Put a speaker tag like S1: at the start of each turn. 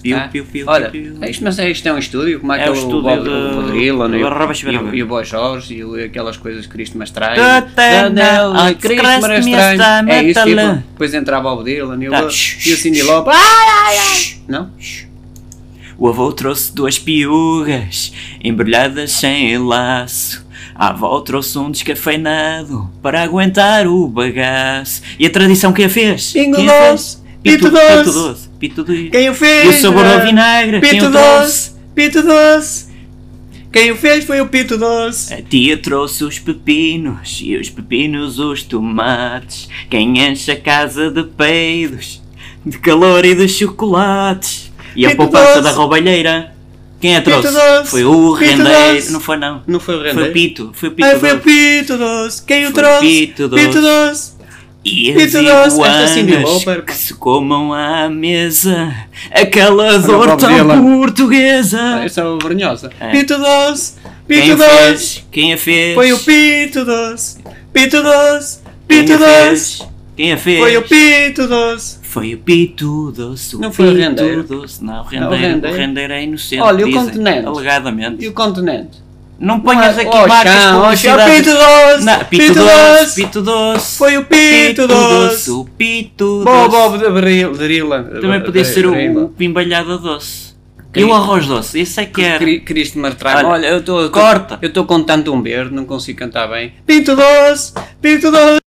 S1: Piu,
S2: Ah,
S1: piu, piu,
S2: Olha,
S1: piu, piu.
S2: isto, mas é, isto é um estúdio, como
S1: É
S2: aquele
S1: o estúdio
S2: Bob-
S1: do-
S2: o Bob Dylan
S1: do
S2: e,
S1: Robert
S2: o-
S1: Schmidt.
S2: e, e o Boy George e o- aquelas coisas que Cristo me estranho.
S1: Tutana,
S2: Não, não,
S1: ai, Christ
S2: Cristo me
S1: me
S2: estranho.
S1: estranho,
S2: É isso, tipo,
S1: mata-la.
S2: depois entrava o Bob Dylan e o,
S1: Tá,
S2: e o Cindy Lopes. Ai, ai, ai. Não?
S1: O avô trouxe duas piugas embrulhadas em laço. A avó trouxe um descafeinado para aguentar o bagaço. E a tradição que a fez?
S2: Pingo
S1: Quem a
S2: doce,
S1: fez?
S2: pito
S1: Pito
S2: doce.
S1: Pito doce. Pito doce.
S2: Quem o fez?
S1: E o sabor
S2: Ah,
S1: ao vinagre? Quem
S2: Pito
S1: o trouxe?
S2: Doce, Pito Doce. Quem o fez foi o Pito Doce.
S1: A tia trouxe os pepinos e os pepinos os tomates. Quem enche a casa de peidos, de calor e de chocolates. E a
S2: Pinto
S1: poupança
S2: doce.
S1: da roubalheira. Quem a
S2: Pinto
S1: trouxe?
S2: doce.
S1: Foi o
S2: Pinto
S1: rendeiro.
S2: doce.
S1: Não foi não.
S2: Não foi o Rendeiro?
S1: Foi o Pito. Foi o Pito.
S2: Ah, foi o
S1: doce.
S2: Pito Doce. Quem o
S1: Foi
S2: trouxe?
S1: Pito Doce.
S2: Pito Doce.
S1: E as
S2: Pinto doce. Esta sim de
S1: iguanas
S2: Lauper,
S1: que
S2: pá.
S1: se comam à mesa. Aquela
S2: Olha
S1: dor
S2: o Bob Dylan.
S1: tão portuguesa.
S2: Essa é o Vergonhosa.
S1: Ah. É.
S2: Pito Doce.
S1: Quem
S2: Pito
S1: a
S2: Doce.
S1: fez? Quem a fez?
S2: Foi o Pito Doce. Pito Doce.
S1: Quem
S2: Pito
S1: a fez?
S2: Doce.
S1: Quem a fez?
S2: Foi o Pito Doce.
S1: Foi o Pito Doce. o
S2: Não foi o
S1: Pito
S2: Rendeiro?
S1: Doce. Não, o
S2: Não,
S1: rendeiro,
S2: o Rendeiro.
S1: o rendeiro é inocente.
S2: Olha, o
S1: dizem,
S2: continente.
S1: Alegadamente.
S2: E o Continente?
S1: Não ponhas
S2: Não é-
S1: aqui
S2: Oh,
S1: marcas
S2: chão,
S1: de
S2: oh, chão.
S1: publicidade.
S2: Pito Doce.
S1: Não, Pito,
S2: Pito
S1: doce,
S2: Doce.
S1: Pito Doce.
S2: Foi o Pito Doce.
S1: O Pito
S2: Bob
S1: Doce.
S2: Bob da Baril- Darila.
S1: Também
S2: é
S1: podia ser um o, o
S2: Darila.
S1: Pimbalhada Doce. E
S2: Quem-
S1: o Arroz Doce. Esse é que era.
S2: Cri- Cristo Martrai.
S1: Olha,
S2: Olha, eu estou.
S1: corta.
S2: Eu estou com tanto um verde, não consigo cantar bem. Pinto doce, pinto doce.